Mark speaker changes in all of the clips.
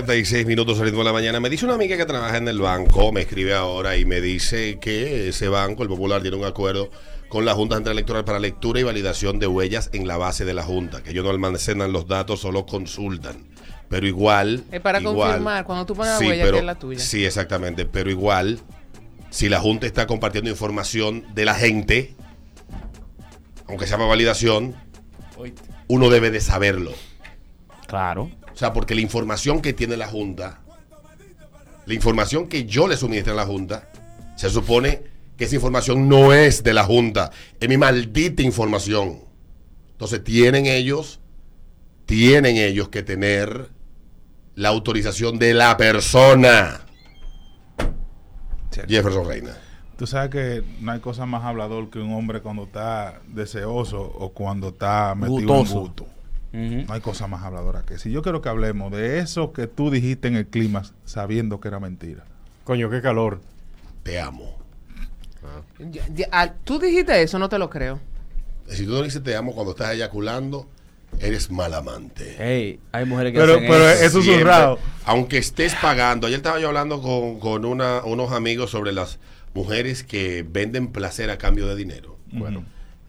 Speaker 1: 36 minutos al ritmo de la mañana. Me dice una amiga que trabaja en el banco, me escribe ahora y me dice que ese banco, el Popular, tiene un acuerdo con la Junta Central Electoral para lectura y validación de huellas en la base de la Junta, que ellos no almacenan los datos, solo consultan. Pero igual.
Speaker 2: Es para
Speaker 1: igual-
Speaker 2: confirmar, cuando tú pones la
Speaker 1: Sí,
Speaker 2: huella,
Speaker 1: pero-
Speaker 2: que es la tuya.
Speaker 1: Sí, exactamente. Pero igual, si la Junta está compartiendo información de la gente, aunque sea para validación, uno debe de saberlo.
Speaker 3: Claro.
Speaker 1: O sea, porque la información que tiene la Junta, la información que yo le suministré a la Junta, se supone que esa información no es de la Junta, es mi maldita información. Entonces tienen ellos, tienen ellos que tener la autorización de la persona. Jefferson Reina.
Speaker 4: Tú sabes que no hay cosa más hablador que un hombre cuando está deseoso o cuando está metido
Speaker 3: Gustoso.
Speaker 4: en gusto. No hay cosa más habladora que si yo quiero que hablemos de eso que tú dijiste en el clima sabiendo que era mentira.
Speaker 5: Coño, qué calor.
Speaker 1: Te amo.
Speaker 2: Ya- ya- ah, tú dijiste eso, no te lo creo.
Speaker 1: Si tú no dices te amo cuando estás eyaculando, eres mal amante.
Speaker 3: Hey, hay mujeres que
Speaker 5: Pero,
Speaker 3: hacen
Speaker 5: pero
Speaker 3: Eh, eso.
Speaker 5: es
Speaker 1: Siempre,
Speaker 5: susurrado.
Speaker 1: Aunque estés pagando. Ayer estaba yo hablando con, con una- unos amigos sobre las mujeres que venden placer a cambio de dinero.
Speaker 4: Bueno.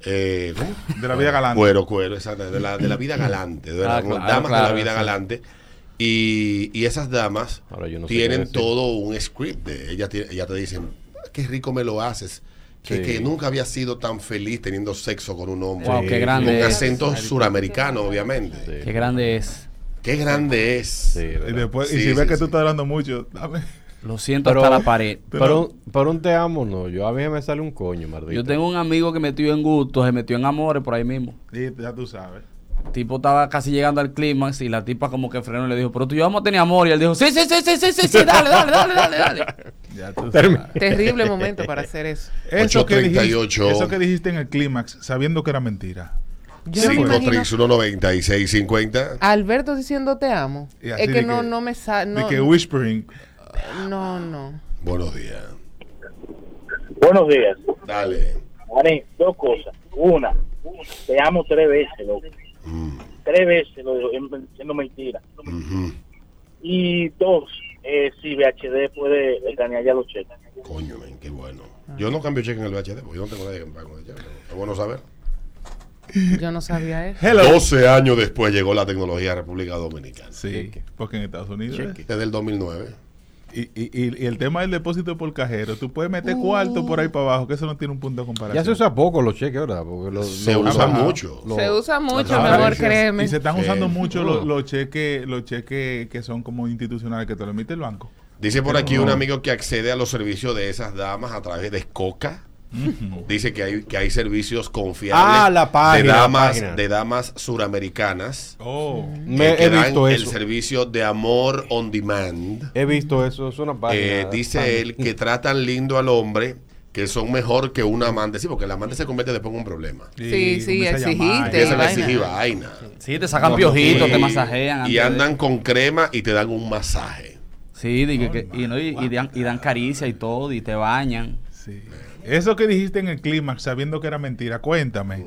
Speaker 1: Eh, ¿cómo?
Speaker 4: De la vida galante.
Speaker 1: Cuero, cuero, exacto. De la, de la vida galante. De
Speaker 3: Ah,
Speaker 1: las
Speaker 3: claro,
Speaker 1: damas de la
Speaker 3: claro,
Speaker 1: vida
Speaker 3: sí.
Speaker 1: galante. Y, y esas damas
Speaker 6: Ahora yo no sé qué
Speaker 1: tienen
Speaker 6: decir.
Speaker 1: todo un script. De, ellas, ti- ellas te dicen, qué rico me lo haces. Que,
Speaker 6: Sí.
Speaker 1: que nunca había sido tan feliz teniendo sexo con un hombre.
Speaker 3: Wow, qué grande
Speaker 1: Con
Speaker 3: es.
Speaker 1: acento suramericano, obviamente.
Speaker 6: Sí.
Speaker 3: Qué grande es.
Speaker 1: Qué grande es.
Speaker 6: Sí,
Speaker 4: Y,
Speaker 6: ¿verdad?
Speaker 4: después, y
Speaker 1: Sí,
Speaker 4: si ves
Speaker 1: sí,
Speaker 4: que
Speaker 1: sí.
Speaker 4: tú estás hablando mucho, dame.
Speaker 3: Lo siento
Speaker 6: Pero-
Speaker 3: hasta la pared.
Speaker 6: Pero, un- pero un te amo, no. Yo a mí me sale un coño, maldito.
Speaker 3: Yo tengo un amigo que metió en gusto, se metió en amores por ahí mismo.
Speaker 4: Y ya tú sabes.
Speaker 3: El tipo estaba casi llegando al clímax y la tipa como que frenó y le dijo, pero tú y yo vamos a tener amor. Y él dijo, sí, sí, sí, sí, sí, sí, sí, dale, dale, dale, dale, dale.
Speaker 4: Ya tú
Speaker 6: Termina.
Speaker 4: sabes.
Speaker 2: Terrible momento para hacer eso.
Speaker 4: Eso que, dijiste,
Speaker 1: 8:38.
Speaker 4: eso que dijiste en el clímax sabiendo que era mentira.
Speaker 2: Yo no me imagino
Speaker 1: 5319650.
Speaker 2: a Alberto diciendo te amo.
Speaker 4: Y así
Speaker 2: Es que
Speaker 4: de
Speaker 2: no,
Speaker 4: que-
Speaker 2: no me sale.
Speaker 4: de
Speaker 2: No,
Speaker 4: que whispering.
Speaker 2: no, no.
Speaker 1: Buenos días.
Speaker 7: Buenos días.
Speaker 1: Dale.
Speaker 7: Marín, dos cosas. Una, te amo tres veces, loco.
Speaker 1: Mm,
Speaker 7: Tres veces, lo digo, en- siendo mentira.
Speaker 1: ujú.
Speaker 7: Y dos, eh, si VHD puede escanear ya los cheques.
Speaker 1: Coño, men, qué bueno. Yo no cambio cheque en el VHD, porque yo no tengo nadie que me pague con el cheque. pero Es bueno saber.
Speaker 2: Yo no sabía eso.
Speaker 1: 12 años después llegó la tecnología a República Dominicana.
Speaker 4: Sí, porque en Estados Unidos. es-
Speaker 1: Desde el 2009.
Speaker 4: Y, y- y- y el tema del depósito por cajero, tú puedes meter cuarto por ahí para abajo, que eso no tiene un punto de comparación.
Speaker 6: Ya se usa poco los cheques ahora. Porque lo-
Speaker 1: Se
Speaker 6: lo-
Speaker 1: usa
Speaker 4: bajado.
Speaker 1: mucho.
Speaker 6: lo-
Speaker 2: Se usa mucho, mi
Speaker 4: Ahora,
Speaker 2: amor,
Speaker 4: Ah, y se-
Speaker 2: créeme.
Speaker 4: Y se están
Speaker 1: Sí.
Speaker 4: usando mucho los, los cheques los cheques que son como institucionales que te lo emite el banco.
Speaker 1: Dice por aquí un amigo que accede a los servicios de esas damas a través de Coca. Dice que hay, que hay servicios confiables
Speaker 6: Ah, la página,
Speaker 1: de
Speaker 6: la
Speaker 1: damas,
Speaker 6: página.
Speaker 1: de damas suramericanas
Speaker 4: Oh.
Speaker 6: Me
Speaker 1: que
Speaker 6: he
Speaker 1: dan
Speaker 6: visto
Speaker 1: el
Speaker 6: eso.
Speaker 1: servicio de amor on demand.
Speaker 6: He visto eso. Es una página.
Speaker 1: Eh, dice
Speaker 6: página.
Speaker 1: él que tratan lindo al hombre, que son mejor que un amante. Sí, porque el amante se convierte después en un problema.
Speaker 4: Y
Speaker 2: Sí, sí,
Speaker 4: comienza a llamar.
Speaker 2: exigiste.
Speaker 1: Empiezan a
Speaker 2: vaina.
Speaker 1: exigir vaina.
Speaker 3: Sí, te sacan
Speaker 6: No,
Speaker 3: piojitos,
Speaker 6: sí.
Speaker 3: te masajean. antes
Speaker 1: Y
Speaker 3: de-
Speaker 1: andan con crema y te dan un masaje.
Speaker 3: Sí, di que- que- y, no, y, y dan, y dan caricia y todo, y te bañan.
Speaker 4: Sí. Eso que dijiste en el clímax sabiendo que era mentira, cuéntame.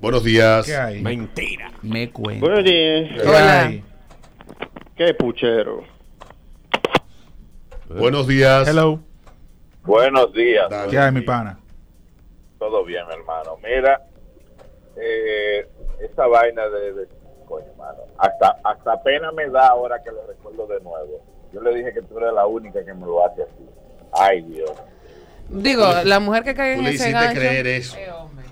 Speaker 1: Buenos días.
Speaker 4: ¿Qué hay?
Speaker 6: Mentira.
Speaker 3: Me cuento.
Speaker 8: Buenos días.
Speaker 4: ¿Qué
Speaker 2: Hola.
Speaker 4: hay?
Speaker 8: Qué puchero.
Speaker 1: Buenos días.
Speaker 4: Hello.
Speaker 9: Buenos días.
Speaker 1: Dale.
Speaker 4: ¿Qué hay, mi pana?
Speaker 9: Todo bien, mi hermano. Mira, eh, esa vaina de, de- coño, hermano. Hasta, hasta pena me da ahora que lo recuerdo de nuevo. Yo le dije que tú eres la única que me lo hace así. Ay, Dios.
Speaker 2: Digo, la mujer que cae
Speaker 1: Tú
Speaker 2: en
Speaker 1: le
Speaker 2: ese
Speaker 1: hiciste
Speaker 2: gancho.
Speaker 1: creer eso.
Speaker 2: Eh, hombre.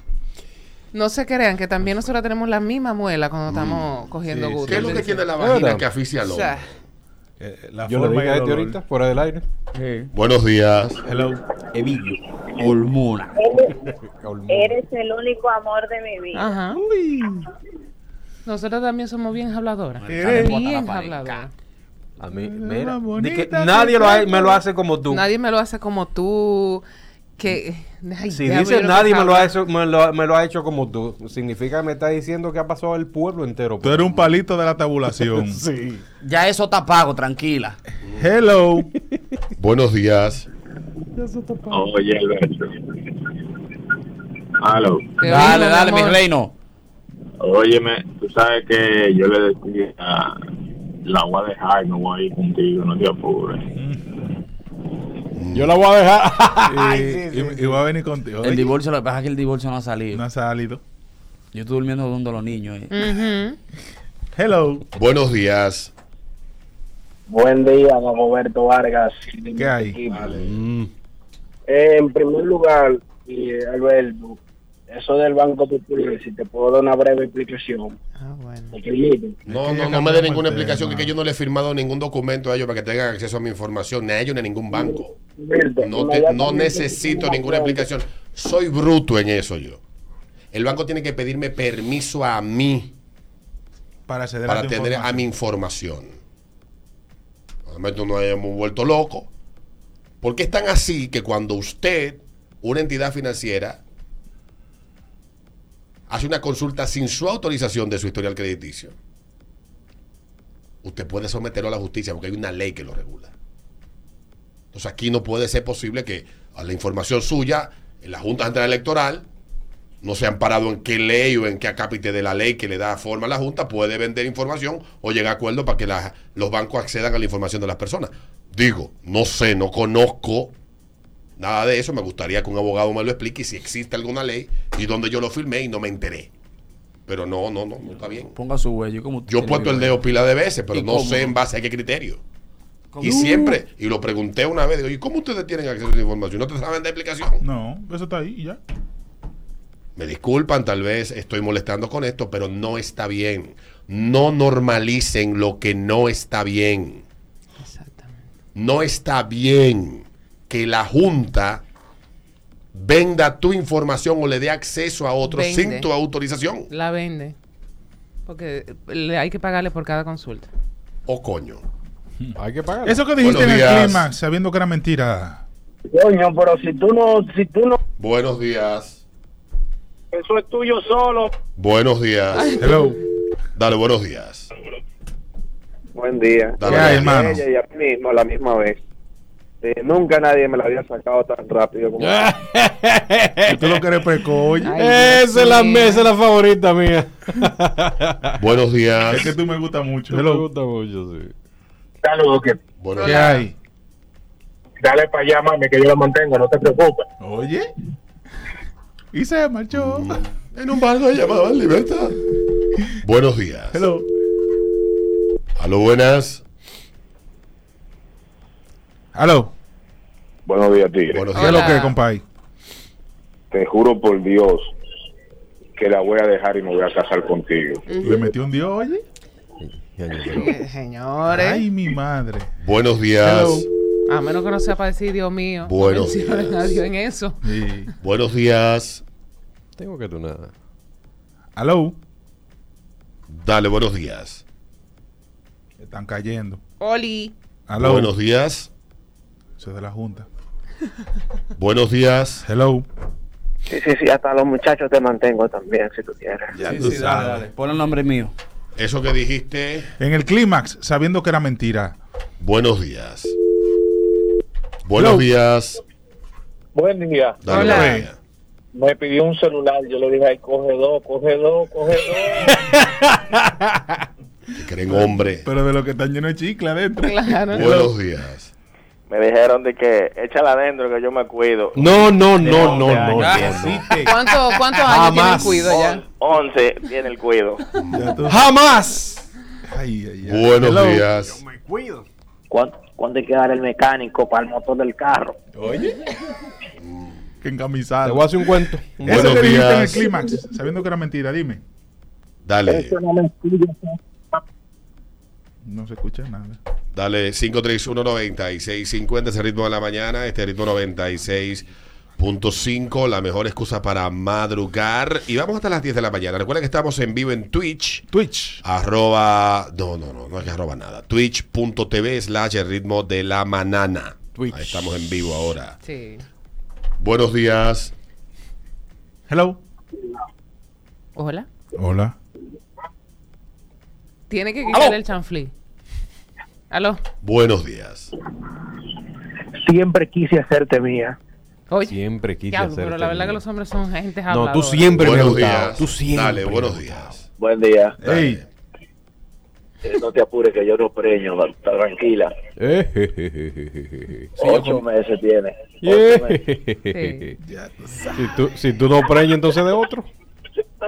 Speaker 2: no se crean que también nosotros tenemos la misma muela cuando estamos cogiendo
Speaker 4: Sí,
Speaker 2: gusto.
Speaker 1: Mm. ¿Qué es lo que tiene la
Speaker 6: Hola.
Speaker 1: vagina que asfixia al
Speaker 2: O
Speaker 1: hombre?
Speaker 2: sea,
Speaker 4: Eh, la
Speaker 6: Yo le
Speaker 4: forma y
Speaker 6: dije a
Speaker 4: el
Speaker 6: este
Speaker 4: olor.
Speaker 6: ahorita, fuera del aire.
Speaker 1: Buenos días.
Speaker 4: Hello.
Speaker 3: Evillo, hormona.
Speaker 10: Eres el único amor de mi vida.
Speaker 2: ajá. Nosotros también somos bien habladoras.
Speaker 4: Eres-
Speaker 2: Bien habladoras.
Speaker 6: A mí, mira.
Speaker 4: bonita,
Speaker 6: di que
Speaker 4: qué
Speaker 6: nadie lo ha- me lo hace como tú.
Speaker 2: Nadie me lo hace como tú. Que. ay,
Speaker 6: si
Speaker 2: déjame
Speaker 6: dice
Speaker 2: ver que
Speaker 6: nadie me lo,
Speaker 2: hablo.
Speaker 6: ha hecho, me, lo, me lo ha hecho como tú, significa que me está diciendo que ha pasado el pueblo entero.
Speaker 4: Tú eres un palito de la tabulación.
Speaker 6: Sí.
Speaker 3: Ya eso está pago, tranquila.
Speaker 4: Hello.
Speaker 1: Buenos días.
Speaker 9: Oye, Alberto. Aló.
Speaker 2: Te
Speaker 3: Dale,
Speaker 2: oigo,
Speaker 3: dale, mi
Speaker 2: amor.
Speaker 3: reino.
Speaker 9: Óyeme, tú sabes que yo le decía la voy a dejar, no voy a ir contigo, no te apures.
Speaker 6: Yo la voy a dejar. Ay, sí,
Speaker 4: y,
Speaker 6: sí,
Speaker 4: y
Speaker 6: sí.
Speaker 4: voy a venir contigo.
Speaker 3: El
Speaker 4: Oye,
Speaker 3: divorcio, lo que pasa es que el divorcio no ha salido.
Speaker 4: No ha salido.
Speaker 3: Yo estoy durmiendo junto a los niños. eh.
Speaker 2: Ujú.
Speaker 4: Hello.
Speaker 1: Buenos días.
Speaker 7: Buen día, don Roberto Vargas.
Speaker 4: ¿Qué hay?
Speaker 7: Equipo.
Speaker 1: Mm.
Speaker 7: Eh, en primer lugar, y, eh, Alberto, eso del Banco Popular, si te puedo dar una breve explicación.
Speaker 2: Ah, bueno.
Speaker 7: ¿Me permite?
Speaker 1: No,
Speaker 4: Es que ya
Speaker 1: no, no me dé
Speaker 4: cambiamos
Speaker 1: ninguna
Speaker 4: el
Speaker 1: explicación, que
Speaker 4: tema.
Speaker 1: es que yo no le he firmado ningún documento a ellos para que tengan acceso a mi información, ni a ellos ni a ningún banco.
Speaker 7: Alberto,
Speaker 1: No, te-
Speaker 7: inmediatamente
Speaker 1: no necesito
Speaker 7: una
Speaker 1: ninguna
Speaker 7: cuenta.
Speaker 1: explicación. Soy bruto en eso yo. El banco tiene que pedirme permiso a mí
Speaker 4: Para acceder
Speaker 1: para
Speaker 4: tu
Speaker 1: tener a
Speaker 4: información.
Speaker 1: mi información. Realmente no hayamos vuelto loco. Porque es tan así que cuando usted, una entidad financiera, hace una consulta sin su autorización de su historial crediticio, usted puede someterlo a la justicia porque hay una ley que lo regula. Entonces aquí no puede ser posible que a la información suya en la Junta Central Electoral no se han parado en qué ley o en qué acápite de la ley que le da forma a la Junta puede vender información o llegar a acuerdo para que la- los bancos accedan a la información de las personas. Digo, no sé, no conozco nada de eso. Me gustaría que un abogado me lo explique y si existe alguna ley y donde yo lo firmé y no me enteré. Pero no, no, no, no está bien.
Speaker 3: Ponga su huello. como usted
Speaker 1: Yo he
Speaker 3: tiene
Speaker 1: puesto el
Speaker 3: mi
Speaker 1: dedo pila de veces, pero
Speaker 3: ¿Y
Speaker 1: no
Speaker 3: cómo?
Speaker 1: sé en base a qué criterio.
Speaker 3: ¿Cómo?
Speaker 1: Y siempre, y lo pregunté una vez, digo, ¿y cómo ustedes tienen acceso a la información? ¿No te saben de explicación?
Speaker 4: No, eso está ahí y ya.
Speaker 1: Me disculpan, tal vez estoy molestando con esto, pero no está bien. No normalicen lo que no está bien.
Speaker 2: Exactamente.
Speaker 1: No está bien que la Junta venda tu información o le dé acceso a otro
Speaker 2: Vende.
Speaker 1: sin tu autorización.
Speaker 2: La vende. Porque le hay que pagarle por cada consulta.
Speaker 1: Oh, coño.
Speaker 6: Hay que pagar.
Speaker 4: Eso que dijiste en
Speaker 1: Buenos
Speaker 4: el
Speaker 1: días.
Speaker 4: clima, sabiendo que era mentira.
Speaker 7: Coño, pero si tú no, si tú no,
Speaker 1: Buenos días.
Speaker 7: eso es tuyo solo.
Speaker 1: Buenos días.
Speaker 4: Hello.
Speaker 1: Dale, buenos días.
Speaker 8: Buen día.
Speaker 1: Dale,
Speaker 4: ¿Qué hay,
Speaker 1: dale.
Speaker 4: hermano?
Speaker 8: Ella y a mí mismo a la misma vez. Eh, nunca nadie me la había sacado tan rápido como
Speaker 4: Si tú lo quieres pues, precoz, oye.
Speaker 2: Ay, Dios
Speaker 6: Esa es, la,
Speaker 2: mío.
Speaker 6: esa es la favorita mía.
Speaker 1: Buenos días.
Speaker 4: Este Es que tú me gusta mucho.
Speaker 6: Me
Speaker 4: Hello.
Speaker 6: gusta mucho, sí.
Speaker 9: Saludos, que
Speaker 1: Buenos
Speaker 4: ¿Qué
Speaker 1: días.
Speaker 4: hay?
Speaker 9: dale para allá, mami, que yo lo mantengo, no te preocupes.
Speaker 4: Oye. Y se marchó.
Speaker 1: En un barco llamaban Libertad. Buenos días.
Speaker 4: Hello.
Speaker 1: Aló, buenas.
Speaker 4: Hello.
Speaker 9: Buenos días, Tigre.
Speaker 1: Buenos
Speaker 4: ¿Qué es
Speaker 1: días.
Speaker 4: lo
Speaker 2: Hola.
Speaker 4: que, compay?
Speaker 9: Te juro por Dios que la voy a dejar y me voy a casar contigo.
Speaker 4: Le metió un dios, oye.
Speaker 2: Eh, Señores.
Speaker 4: Ay, mi madre.
Speaker 1: Buenos días.
Speaker 4: Hello.
Speaker 2: A menos que no sea para decir, Dios mío.
Speaker 1: Bueno.
Speaker 2: No mencionen a Dios en eso.
Speaker 4: Sí.
Speaker 1: Buenos días.
Speaker 6: Tengo que nada.
Speaker 4: Hello.
Speaker 1: Dale, buenos días.
Speaker 4: Están cayendo.
Speaker 2: Oli.
Speaker 4: Hello.
Speaker 1: Buenos días.
Speaker 4: Eso es de la Junta.
Speaker 1: Buenos días.
Speaker 4: Hello.
Speaker 8: Sí, sí, sí, hasta los muchachos te mantengo también, si tú quieres.
Speaker 3: huello. Sí,
Speaker 1: tú
Speaker 3: sí, dale,
Speaker 1: sabes.
Speaker 3: dale. Pon el nombre mío.
Speaker 1: Eso que dijiste.
Speaker 4: En el clímax, sabiendo que era mentira.
Speaker 1: Buenos días. Buenos
Speaker 4: Hello.
Speaker 1: días.
Speaker 7: Buen día.
Speaker 1: Dale,
Speaker 2: Hola.
Speaker 1: buenos días.
Speaker 7: Me pidió un celular, yo le dije, ay, coge dos, coge dos, coge dos.
Speaker 1: Que creen hombre.
Speaker 4: Pero de lo que están llenos de chicle adentro.
Speaker 2: Claro.
Speaker 1: Buenos días.
Speaker 8: Me dijeron de que échala adentro que yo me cuido.
Speaker 1: No, no, no, no,
Speaker 8: no,
Speaker 1: no.
Speaker 6: Ah,
Speaker 8: no.
Speaker 2: ¿Cuánto- ¿Cuántos años tienen cuido ya?
Speaker 8: 11 tiene el cuido.
Speaker 4: Ya tú-
Speaker 6: ¡Jamás!
Speaker 4: Ay, ay, ay.
Speaker 1: Buenos
Speaker 4: Hello.
Speaker 1: días.
Speaker 7: ¿Cuánto, ¿Cuánto hay que dar el mecánico para el motor del carro?
Speaker 4: Oye. que
Speaker 6: Te
Speaker 4: encamisado.
Speaker 6: voy a hacer un cuento.
Speaker 1: Eh.
Speaker 4: Eso
Speaker 1: Buenos
Speaker 4: que dijiste en el
Speaker 1: días.
Speaker 4: clímax, sabiendo que era mentira, dime.
Speaker 1: Dale,
Speaker 7: Eso no lo estudio.
Speaker 4: No se escucha nada.
Speaker 1: dale 5319650, ese ritmo de la mañana, este ritmo 96.5, la mejor excusa para madrugar. Y vamos hasta las 10 de la mañana. Recuerda que estamos en vivo en Twitch.
Speaker 4: Twitch.
Speaker 1: arroba, no, no, no, no es que arroba nada, twitch.tv slash el ritmo de la manana.
Speaker 6: Twitch.
Speaker 1: Ahí estamos en vivo ahora.
Speaker 2: Sí.
Speaker 1: Buenos días.
Speaker 4: Hello.
Speaker 2: Hola.
Speaker 4: Hola.
Speaker 2: Tiene que quitar el chanflí. Aló.
Speaker 1: Buenos días.
Speaker 7: Siempre quise hacerte mía.
Speaker 2: Oye.
Speaker 6: Siempre quise
Speaker 2: diablo,
Speaker 6: hacer.
Speaker 2: pero la verdad que los hombres son gente
Speaker 6: No,
Speaker 2: habladora.
Speaker 6: tú siempre me has
Speaker 1: buenos
Speaker 6: gustado.
Speaker 1: días.
Speaker 6: Tú siempre.
Speaker 1: Dale,
Speaker 6: me
Speaker 1: buenos
Speaker 6: has gustado.
Speaker 1: días.
Speaker 8: Buen día.
Speaker 1: Dale.
Speaker 4: Ey.
Speaker 7: Eh, No te apures que yo no preño, man, tranquila.
Speaker 6: Eh,
Speaker 7: Ocho meses tiene. Ocho meses.
Speaker 2: Sí.
Speaker 6: Si tú, si tú no preñas, entonces de otro.
Speaker 1: Míralo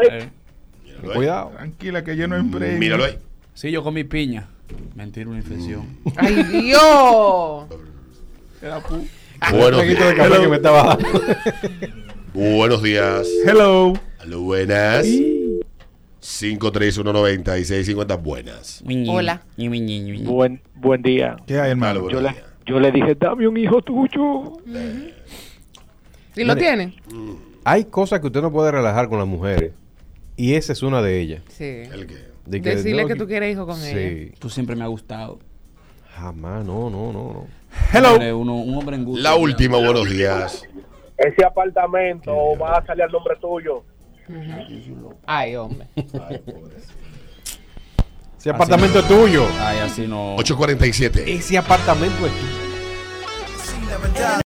Speaker 1: ahí.
Speaker 6: Cuidado.
Speaker 4: Tranquila, que yo no emprendo.
Speaker 1: Míralo ahí.
Speaker 3: Sí, yo comí piña. Mentira, una infección.
Speaker 2: ¡Ay, Dios!
Speaker 6: Ah,
Speaker 1: Buenos
Speaker 6: Traguito de
Speaker 1: días.
Speaker 6: café que me estaba dando.
Speaker 1: Buenos días.
Speaker 4: Hello.
Speaker 1: Aló, buenas. 53190 y 650. Buenas.
Speaker 2: Hola.
Speaker 9: Buen, buen día.
Speaker 4: ¿Qué hay,
Speaker 1: Aló,
Speaker 4: hermano?
Speaker 1: buenos
Speaker 9: Yo le,
Speaker 1: días.
Speaker 9: yo le dije, dame un hijo tuyo.
Speaker 2: ¿Y lo tienen?
Speaker 6: Hay cosas que usted no puede relajar con las mujeres. Y esa es una de ellas.
Speaker 2: Sí.
Speaker 1: El que-
Speaker 6: De
Speaker 2: Decirle
Speaker 6: no,
Speaker 2: que tú quieres hijo con
Speaker 6: sí.
Speaker 2: ella.
Speaker 3: Tú siempre me has gustado.
Speaker 6: Jamás, no, no, no. no.
Speaker 4: Hello.
Speaker 3: Hombre, uno- un hombre en gusto.
Speaker 1: La última, buenos días.
Speaker 7: Ese apartamento va a salir al nombre tuyo.
Speaker 2: Ay, hombre.
Speaker 6: Ese apartamento es tuyo.
Speaker 3: Ay, así no.
Speaker 1: 847.
Speaker 6: Ese apartamento es tuyo.